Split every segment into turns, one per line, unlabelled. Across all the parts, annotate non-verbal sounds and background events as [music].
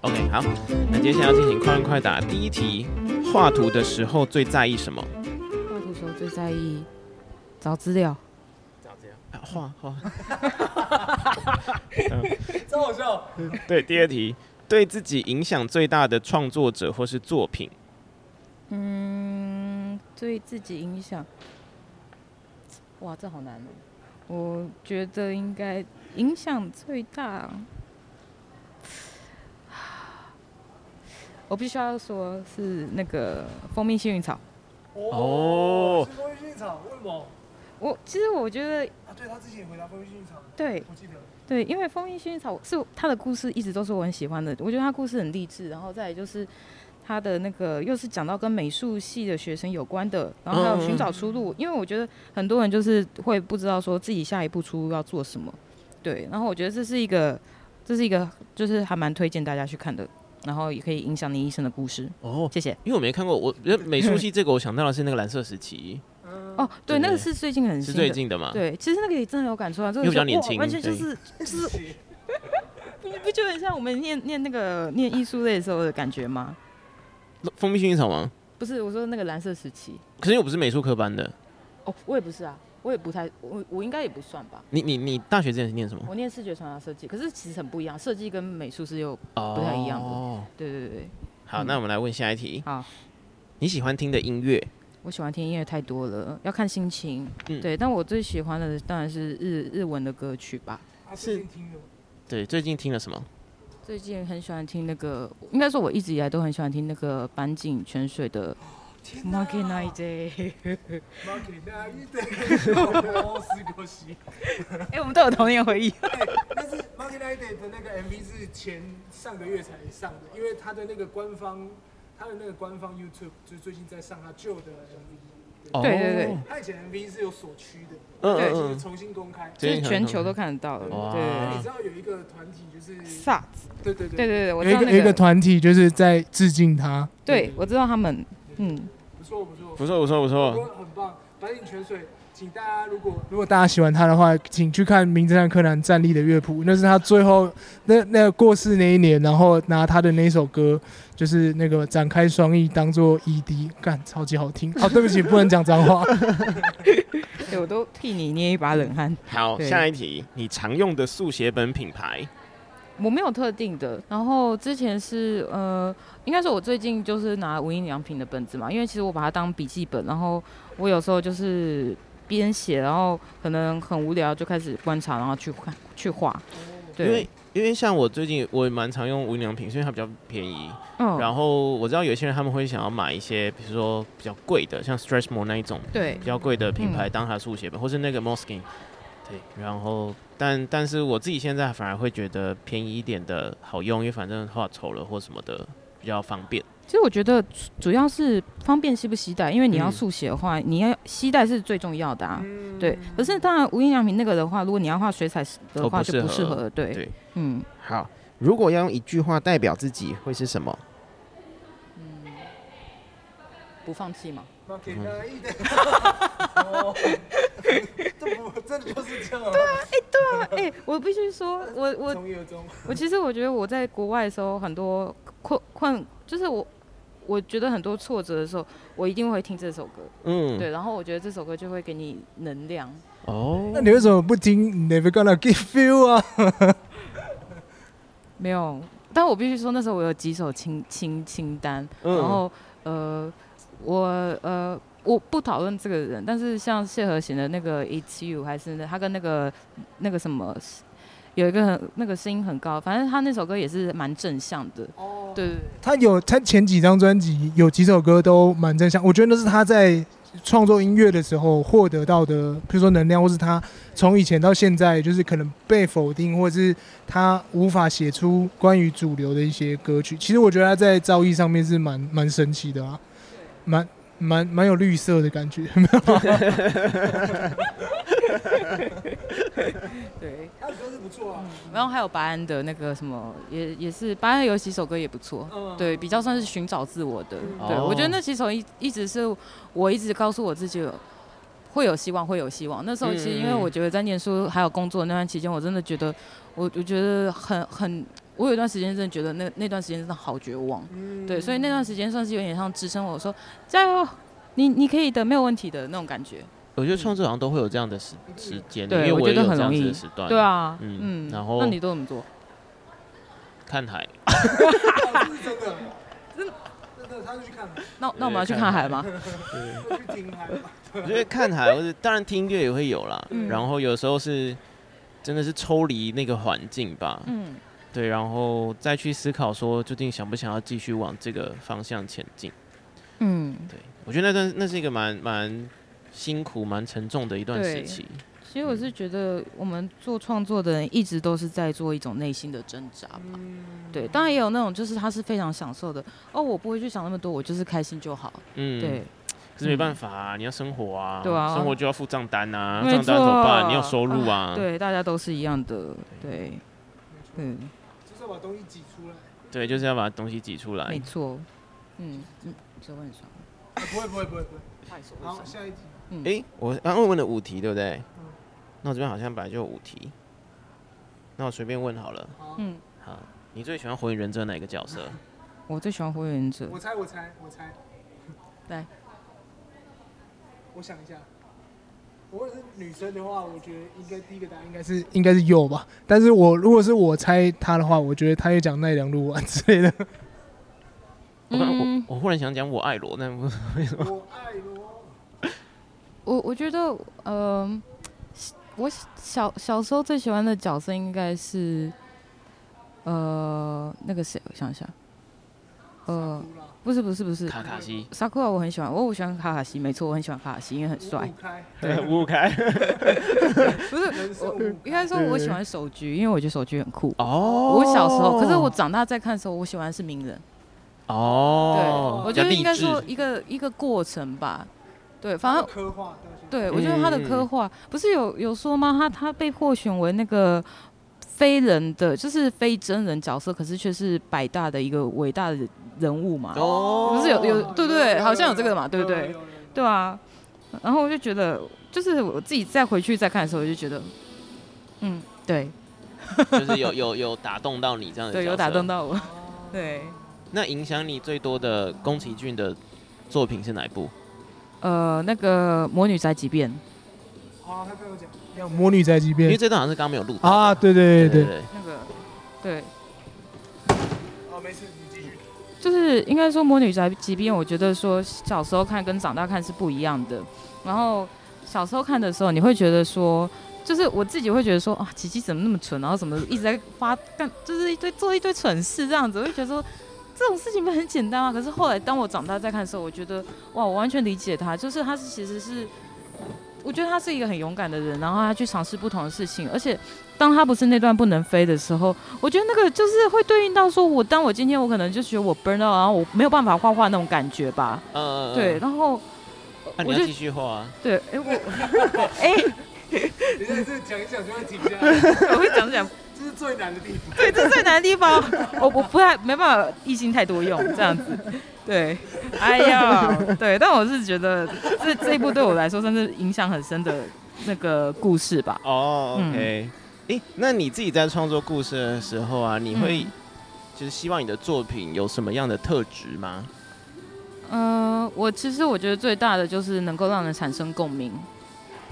OK，好，那接下来要进行快问快答。第一题，画图的时候最在意什么？
画图时候最在意找资料，
啊画画。
[laughs]
真好笑。 [laughs] 对，第二题，对自己影响最大的创作者或是作品，
嗯，对自己影响，哇，这好难哦。我觉得应该影响最大， [sighs] 我必须要说是那个蜂蜜幸运草。
哦
蜂蜜幸运草，为什么？
我其实我觉得
啊，对他之前也回答蜂蜜幸运草，
对
我记得。
对，因为《蜂蜜薰衣草》是他的故事，一直都是我很喜欢的。我觉得他故事很励志，然后再来就是他的那个又是讲到跟美术系的学生有关的，然
嗯
后还有寻找出路。因为我觉得很多人就是会不知道说自己下一步出路要做什么，对。然后我觉得这是一个，这是一个，就是还蛮推荐大家去看的，然后也可以影响你一生的故事。
哦，
谢谢。
因为我没看过，我觉得美术系这个我想到的是那个蓝色时期，
哦，
嗯对
对，那个是最近很
是
新
最
的。
近的嘛？，
对，其实那个也真的有感触啊，真
啊因为
的
比较年
是哇
轻
完全就
对
是就是 [laughs] 你不觉得很像我们念念那个念艺术类的时候的感觉吗？
蜂蜜薰衣草吗？
不是，我说那个蓝色时期。
可是我不是美术科班的，
哦，我也不是啊，我也不太，我我应该也不算吧。
你你你大学之前是念什么？
我念视觉传达设计，可是其实很不一样，设计跟美术是有，
哦
不太一样
哦，
对对对对。嗯
好，那我们来问下一题，
好，
你喜欢听的音乐？
我喜欢听音乐太多了，要看心情。
嗯
对，但我最喜欢的当然是日日文的歌曲吧。
他
最近
听的。
对，最近听了什么？
最近很喜欢听那个，应该说我一直以来都很喜欢听那个坂井泉水的《m a r k e n i Day》。哎，我们都有童年回忆。
但是 Monkey Night Day 的那个 MV 是前上个月才上的，因为他的那个官方，他的那个官方 YouTube 就最近在上他旧的 MV。
哦
对对对，
他以前 MV 是有所区的，
嗯
对
嗯
就是
嗯，
重新公开。
就是全球都看得到了。
哇
那
对
你知道有一个团体就是，
，SARS，
对对对
对对对，
有
我知
一
道
个
那
有一个团体就是在致敬他，
对我知道他们，嗯，
不错不错，
不错不错不
不
错，
过很棒。白井泉水，请大家如果
如果大家喜欢他的话，请去看《名侦探柯南：战力的乐谱》，那是他最后那那个过世那一年，然后拿他的那首歌，就是那个展开双翼当做 ED，干超级好
[laughs]
听。哦，对不起，不能讲脏话。
对我都替你捏一把冷汗。
好，
对
下一题，你常用的速写本品牌？
我没有特定的，然后之前是呃，应该是我最近就是拿无印良品的本子嘛，因为其实我把它当笔记本，然后我有时候就是边写，然后可能很无聊就开始观察，然后去看去画。对，
因为因为像我最近我也蛮常用无印良品，所以它比较便宜。
嗯，
然后我知道有些人他们会想要买一些，比如说比较贵的，像 Stretchmore 那一种
对
比较贵的品
嗯
牌当它的速写本，或是那个 Moskin。对，然后但但是我自己现在反而会觉得便宜一点的好用，因为反正画丑了或什么的比较方便。
其实我觉得主主要是方便携不携带，因为你要
嗯
速写的话，你要携带是最重要的啊。对，可是当然无印良品那个的话，如果你要画水彩的
哦
话
不
就不
适
适
合
合。对，
对
嗯，
好，如果要用一句话代表自己，会是什么？
不放弃嘛。
Monkey
嗯
Night Day，哦 [laughs] 这不真的就是这样啊，
[laughs] 哎、我必须说，我我
从一而终。
我其实我觉得我在国外的时候，很多困困，就是我我觉得很多挫折的时候，我一定会听这首歌。
嗯，
对，然后我觉得这首歌就会给你能量。
哦
那，你为什么不听 Never Gonna Give You 啊？
没有，但我必须说，那时候我有几首清清清单，
嗯
然后呃，我呃。我不讨论这个人，但是像谢和弦的那个《It's You》，还是那他跟那个那个什么，有一个很那个声音很高，反正他那首歌也是蛮正向的。
哦，
对对对，
他有他前几张专辑有几首歌都蛮正向，我觉得那是他在创作音乐的时候获得到的，比如说能量，或是他从以前到现在，就是可能被否定，或者是他无法写出关于主流的一些歌曲。其实我觉得他在造诣上面是蛮蛮神奇的啊，蛮蛮蛮有绿色的感觉。
对，嗯
他的歌是不错啊，
然后还有白安的那个什么，也也是白安有几首歌也不错，
嗯
对，比较算是寻找自我的。
嗯
对，
哦
我觉得那几首一一直是我一直告诉我自己有会有希望，会有希望。那时候其实因为
嗯嗯嗯
我觉得在念书还有工作那段期间，我真的觉得我我觉得很很，我有一段时间真的觉得那那段时间真的好绝望。
嗯，
对，所以那段时间算是有点像支撑我说加油，你你可以的，没有问题的那种感觉。
我觉得创作好像都会有这样的时时间，
嗯对
因为
我
我
觉
也
得
有
很
这样
容
子的
易
时段，
对，啊，
嗯
嗯，
然后
那你都怎么做？
看海，
哦这是真的，真的真的，他就去看了，
那那我们要去
看
看
海
海吗？
他去听还
我觉得看海，或者当然听音乐也会有啦，
嗯
然后有时候是真的是抽离那个环境吧，
嗯，
对，然后再去思考说究竟想不想要继续往这个方向前进。
嗯，
对我觉得那段那是一个蛮蛮辛苦、蛮沉重的一段时
对
期。
其实我是觉得我们做创作的人一直都是在做一种内心的挣扎吧。对，当然也有那种就是他是非常享受的哦，我不会去想那么多，我就是开心就好。
嗯，
对，嗯
可是没办法啊，你要生活啊，
对啊
生活就要付账单啊，
没
账单怎么办？
错
你要收入啊，
对，大家都是一样的。对，嗯，
就是要把东西挤出来。
对，就是要把东西挤出来
没。错。嗯嗯，这问你说，
啊不会不会不会不会，
快手
好，下一题。
嗯，
诶，我刚刚问了五题，对不对
嗯？
那我这边好像本来就有五题，那我随便问好了。
好，
嗯，
好，你最喜欢火影忍者哪一个角色？
[laughs] 我最喜欢火影忍者
我。猜我猜我猜，
来，
我想一下。如果是女生的话，我觉得应该第一个答案应该是应该是右吧。
但是我如果是我猜他的话，我觉得他也讲奈良鹿丸啊之类
[laughs]
的。
我刚我
嗯
我忽然想讲我爱罗，但不
我爱罗，
我我觉得，呃，我小小时候最喜欢的角色应该是，呃，那个谁，我想一下，呃，
哭了，
不是不是不是，
卡卡 [laughs] 西
萨库拉我很喜欢，我我喜欢卡卡西，没错，我很喜欢卡卡西，因为很
哦
帅
五。开，
五五开。
不是，
人生
我
五
应该说我喜欢手鞠，因为我觉得手鞠很酷。
哦，
我小时候，可是我长大再看的时候，我喜欢的是鸣人。
哦，
对，我
比较
觉得
励
应该
志
说一个一个过程吧。对，反正
刻画到现在，
对，我觉得他的刻画、不是有有说吗？他他被获选为那个非人的，就是非真人角色，可是却是百大的一个伟大的人物嘛。
哦，
不是有有对对好像有这个嘛对不对
有？有有有
对啊，然后我就觉得，就是我自己再回去再看的时候，我就觉得，嗯，对
就是有有有打动到你这样的，
对，有打动。到我。 [laughs] 对，
那影响你最多的宫崎骏的作品是哪一部？
呃，那个《魔女宅急便》，
好，他跟我讲，
要魔女宅急
因为
便
这段好像是刚刚没有录到
啊，对对对对，
对对，
那个，对，
哦，没事，你继续。
就是应该说《魔女宅急便》，我觉得说小时候看跟长大看是不一样的。然后小时候看的时候，你会觉得说，就是我自己会觉得说，啊，琪琪怎么那么蠢，然后怎么一直在发干，就是一堆做一堆蠢事这样子，我就觉得说。这种事情不是很简单吗？可是后来当我长大再看的时候，我觉得哇，我完全理解他，就是他是其实是，我觉得他是一个很勇敢的人，然后他去尝试不同的事情，而且当他不是那段不能飞的时候，我觉得那个就是会对应到说我，当我今天我可能就觉得我 burn out，然后我没有办法画画那种感觉吧，
呃，
对，，然后
那
我
你
就
要继续画啊。
对，哎、我 [laughs] 哎、
你在这讲一讲就会停下来，
我会讲 [laughs] 讲，
这是最难的地方。
对，这是最难的地方，我我不太没办法一心太多用这样子，对，哎呀，对，但我是觉得这这一部对我来说算是影响很深的那个故事吧，
哦
嗯
，OK。诶，那你自己在创作故事的时候啊，你会
嗯
就是希望你的作品有什么样的特质吗？
嗯、我其实我觉得最大的就是能够让人产生共鸣，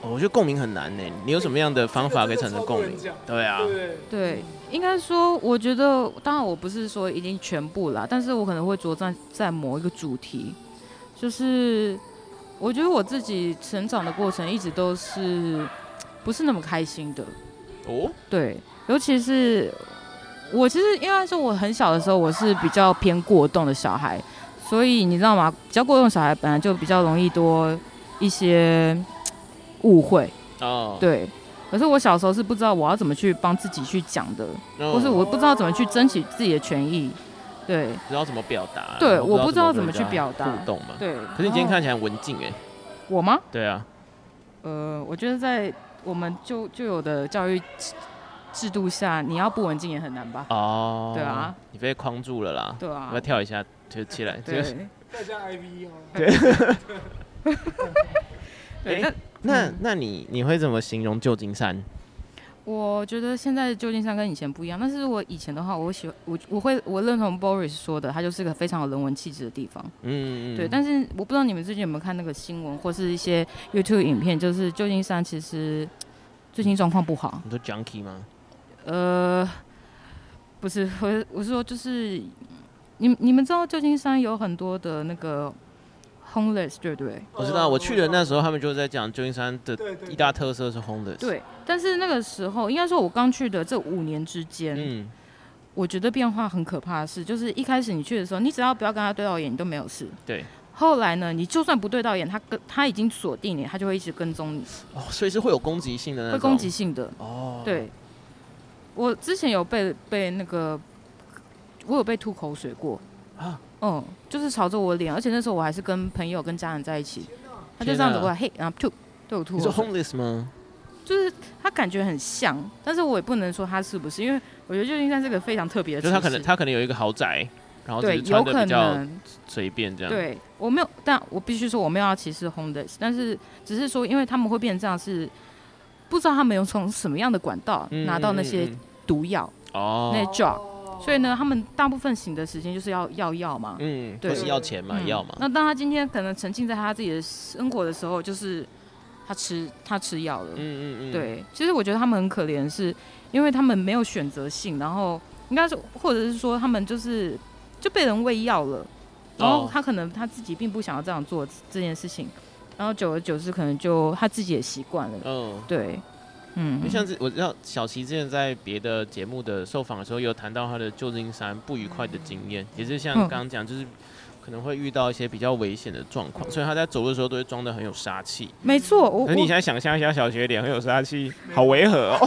哦，我觉得共鸣很难呢。你有什么样的方法可以产生共鸣
哎这个真的超多人讲？
对啊，
对，
对，应该说，我觉得，当然我不是说一定全部啦，但是我可能会着重在某一个主题，就是我觉得我自己成长的过程一直都是不是那么开心的，
哦，
对，尤其是我其实应该说我很小的时候，我是比较偏过动的小孩，所以你知道吗？比较过动的小孩本来就比较容易多一些误会，
哦，
对。可是我小时候是不知道我要怎么去帮自己去讲的，
哦，
或是我不知道怎么去争取自己的权益，对
不知道怎么表达，
对
然后
我不知道怎么
跟人
去
家
表达
互动嘛。
对。
可是你今天
然后
看起来很文静哎，
我吗？
对啊，
呃，我觉得在我们就就有的教育制制度下，你要不文静也很难吧？
哦，
对啊，
你被框住了啦，
对
我
啊
要，跳一下就起来，就
对
[laughs] 是
再加 IV 哦，
哎
对。那
那
嗯
那你你会怎么形容旧金山？
我觉得现在旧金山跟以前不一样，但是我以前的话，我喜欢我我会我认同 Boris 说的，它就是个非常有人文气质的地方。
嗯，嗯
对，
嗯
但是我不知道你们最近有没有看那个新闻或是一些 YouTube 影片，就是旧金山其实最近状况不好。
你说 junkie 吗？嗯
呃，不是，我我是说，就是你你们知道旧金山有很多的那个 homeless，对不对？
我知道，我去的那时候他们就在讲旧金山的
对对
一大特色是 homeless。，
对，但是那个时候应该说，我刚去的这五年之间，
嗯，
我觉得变化很可怕的是，就是一开始你去的时候，你只要不要跟他对到眼，你都没有事。
对。
后来呢，你就算不对到眼，他跟他已经锁定你，他就会一直跟踪你，
哦，所以是会有攻击性的那
会
种，
攻击性的。
哦，，
对，我之前有被被那个，我有被吐口水过
啊，
嗯，就是朝着我脸，而且那时候我还是跟朋友跟家人在一起，他就
天
这样
哪
子过来，嘿，然后吐，对我吐
你说
口水，
homeless 吗？
就是他感觉很像，但是我也不能说他是不是，因为我觉得旧金山是个非常特别的
就是
城市，
他可能他可能有一个豪宅，然后只
对
是，穿
有
的
可
比较
能，
随便这样。，
对我没有，但我必须说我没有要歧视 homeless，但是只是说因为他们会变成这样是。不知道他们有从什么样的管道
嗯
拿到那
嗯
些
嗯
毒药，
哦，
那 job，、所以呢，他们大部分醒的时间就是要要药嘛，
嗯，
对
或是要钱嘛，
嗯
要嘛。
那当他今天可能沉浸在他自己的生活的时候，就是他吃他吃药了。
嗯嗯嗯，，
对，其实我觉得他们很可怜，是因为他们没有选择性，然后应该是或者是说他们就是就被人喂药了，然后
哦
他可能他自己并不想要这样做这件事情，然后久而久之可能就他自己也习惯了。
嗯。
对，嗯
因为，像是我知道小齐之前在别的节目的受访的时候，有谈到他的旧金山不愉快的经验，也是像
嗯
刚刚讲，就是可能会遇到一些比较危险的状
嗯
况，所以他在走路的时候都会装的很有杀气。
没错，我
可
我
是你现在想象一下，小学脸很有杀气，好违和哦。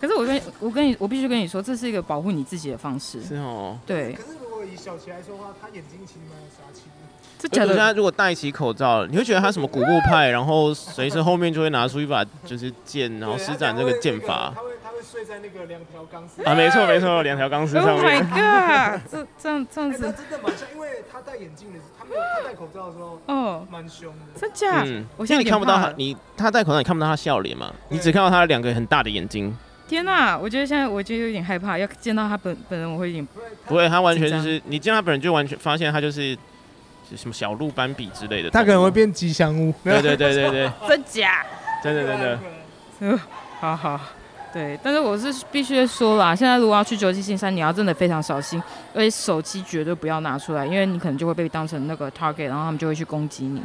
可是我跟我跟你我必须跟你说，这是一个保护你自己的方
[laughs]
式。
是哦，
对，
可是如果以小琪来说的话，他眼睛其实蛮有杀气的，
这
而
假
且
的
他如果戴起口罩，你会觉得他什么古墓派，然后随时后面就会拿出一把就是剑，然后
对
施展这个剑法
他会他会睡在那个两条钢丝
啊，没错没错，两条钢丝
Oh
上
my
面。
god！这这样这样
哎，他
子，
真的蛮像，因为他戴眼镜的时候，他没有他戴口罩的时候
哦，
蛮凶的。
真假？
嗯，
我
因
现
为
在
你看不到
有点怕
他
了，
你他戴口罩，你看不到他笑脸嘛，你
对
只看到他两个很大的眼睛。
天哪、我觉得现在我觉得有点害怕，要见到他本本人，我会有点
不然他
不会，他完全就
紧张
是你见他本人就完全发现他就是是什么小鹿斑比之类的动物，
他可能 [laughs] 会变吉祥物。
对对对对对，
真假。
真的真的，
好好，对，但是我是必须说啦，现在如果要去九七星山，你要真的非常小心，而且手机绝对不要拿出来，因为你可能就会被当成那个 target，然后他们就会去攻击你。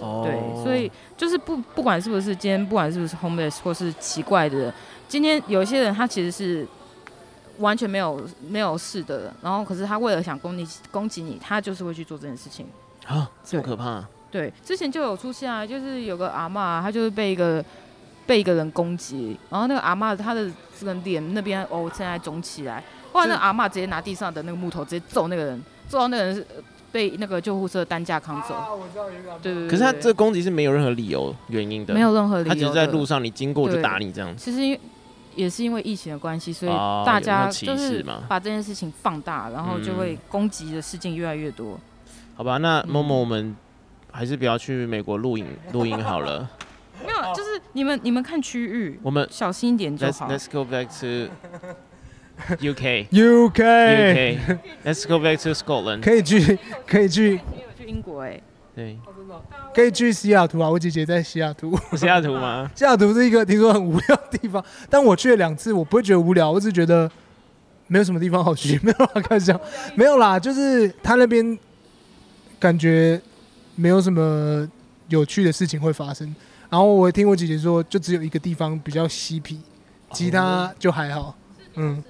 哦
对，所以就是不不管是不是今天，不管是不是 homeless 或是奇怪的人，今天有一些人他其实是完全没有没有事的，然后可是他为了想攻你攻击你，他就是会去做这件事情。
啊，这么
对
可怕，
对，之前就有出现啊，就是有个阿嬷，她就是被一个被一个人攻击，然后那个阿嬷她的这个脸那边哦现在肿起来，后来那个阿嬷直接拿地上的那个木头直接揍那个人，揍到那个人是呃被那个救护车担架扛走。
啊，我知道有一个阿嬷
对对对
可是他这攻击是没有任何理由原因的，
没，有任何理
他
由，
只是在路。上你经过就
对
打你这样子，
其实因为也是因为疫情的关系，所以
哦
大
有那
家
歧
就
视
是
嘛
把这件事情放大，然后就会
嗯
攻击的事件越来越多。
好吧？那
嗯
某某我们还是不要去美国录影录影好
[laughs]
了，
没有，就是你们你们看区域，
我们
小心一点就
let's
好。
let's go back
[laughs]
to UK
UK
UK let's go back to Scotland，
可以去，可以去，
我有去英国哎、
对，
哦真的哦
可以去西雅图啊！我姐姐在西雅图， [laughs]
不是亚图
[laughs]
吗？
西雅图是一个听说很无聊的地方，但我去了两次，我不会觉得无聊，我只觉得没有什么地方好去， [laughs] 没有啦，开玩笑，没有啦，就是他那边感觉没有什么有趣的事情会发生。然后我听我姐姐说，就只有一个地方比较嬉皮，其他就还好。嗯，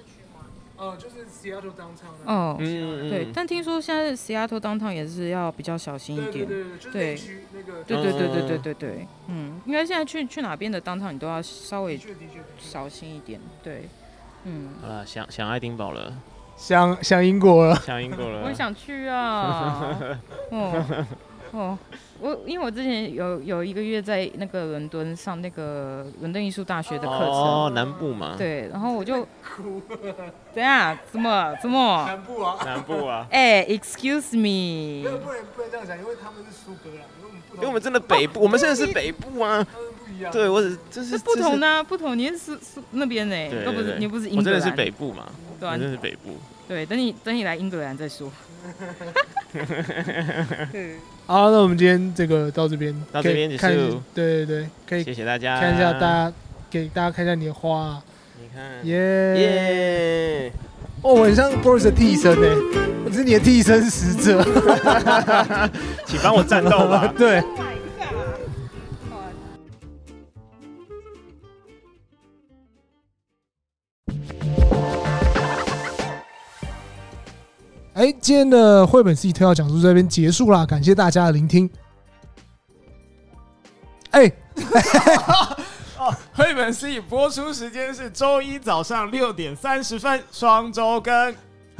呃，哦就是 Seattle downtown 那边
哦，
嗯，
对。但听说现在 Seattle downtown 也是要比较小心一
对对
点。
对对，就是
对
那区那个，
对对对对对
嗯
对对，嗯，应该现在去去哪边的 downtown 你都要稍
的
微
确的确的确。
小心一点。对，嗯，
啊，想想爱丁堡了，
想想英国了，
想英国了，
我
[laughs]
也想去啊。哦哦，我因为我之前有有一个月在那个伦敦上那个伦敦艺术大学的课程，
哦，南部嘛，，
对，然后
[laughs]
我就
哭，
等一下怎么怎么？
南部啊，
南部啊，
哎、e x c u s
[laughs]
e
没有
me，
不能不能这样讲，因为他们是苏格兰，因为我们
因
不同，
为我们真的北部，我们现在是北部啊，
他们不一样。
对我只这是
是不同
的，
的、啊，不同，你是苏苏那边呢、
对
都不
对
是
对
你不是英
我
格
真的
兰，
是北部嘛，
对
我
啊
真，的是北部，
对，等你等你来英格兰
[laughs]
再说。 [laughs] 对，
好，那我们今天这个到这边，
到这边
可以
结
看
束，
对对对，可以
谢谢大家，
看一下大，家，给大家看一下你的花啊，
你看，
耶！
耶，
哦，我很像 Boris 的替身呢，欸我是你的替身使者，。
[laughs] 请帮我战斗吧
[laughs] 对。
Oh my god！好啊
哎，今天的绘本 C 特效讲述这边结束啦，感谢大家的聆听。哎，
绘本 C 播出时间是周一早上六点三十分，双周更，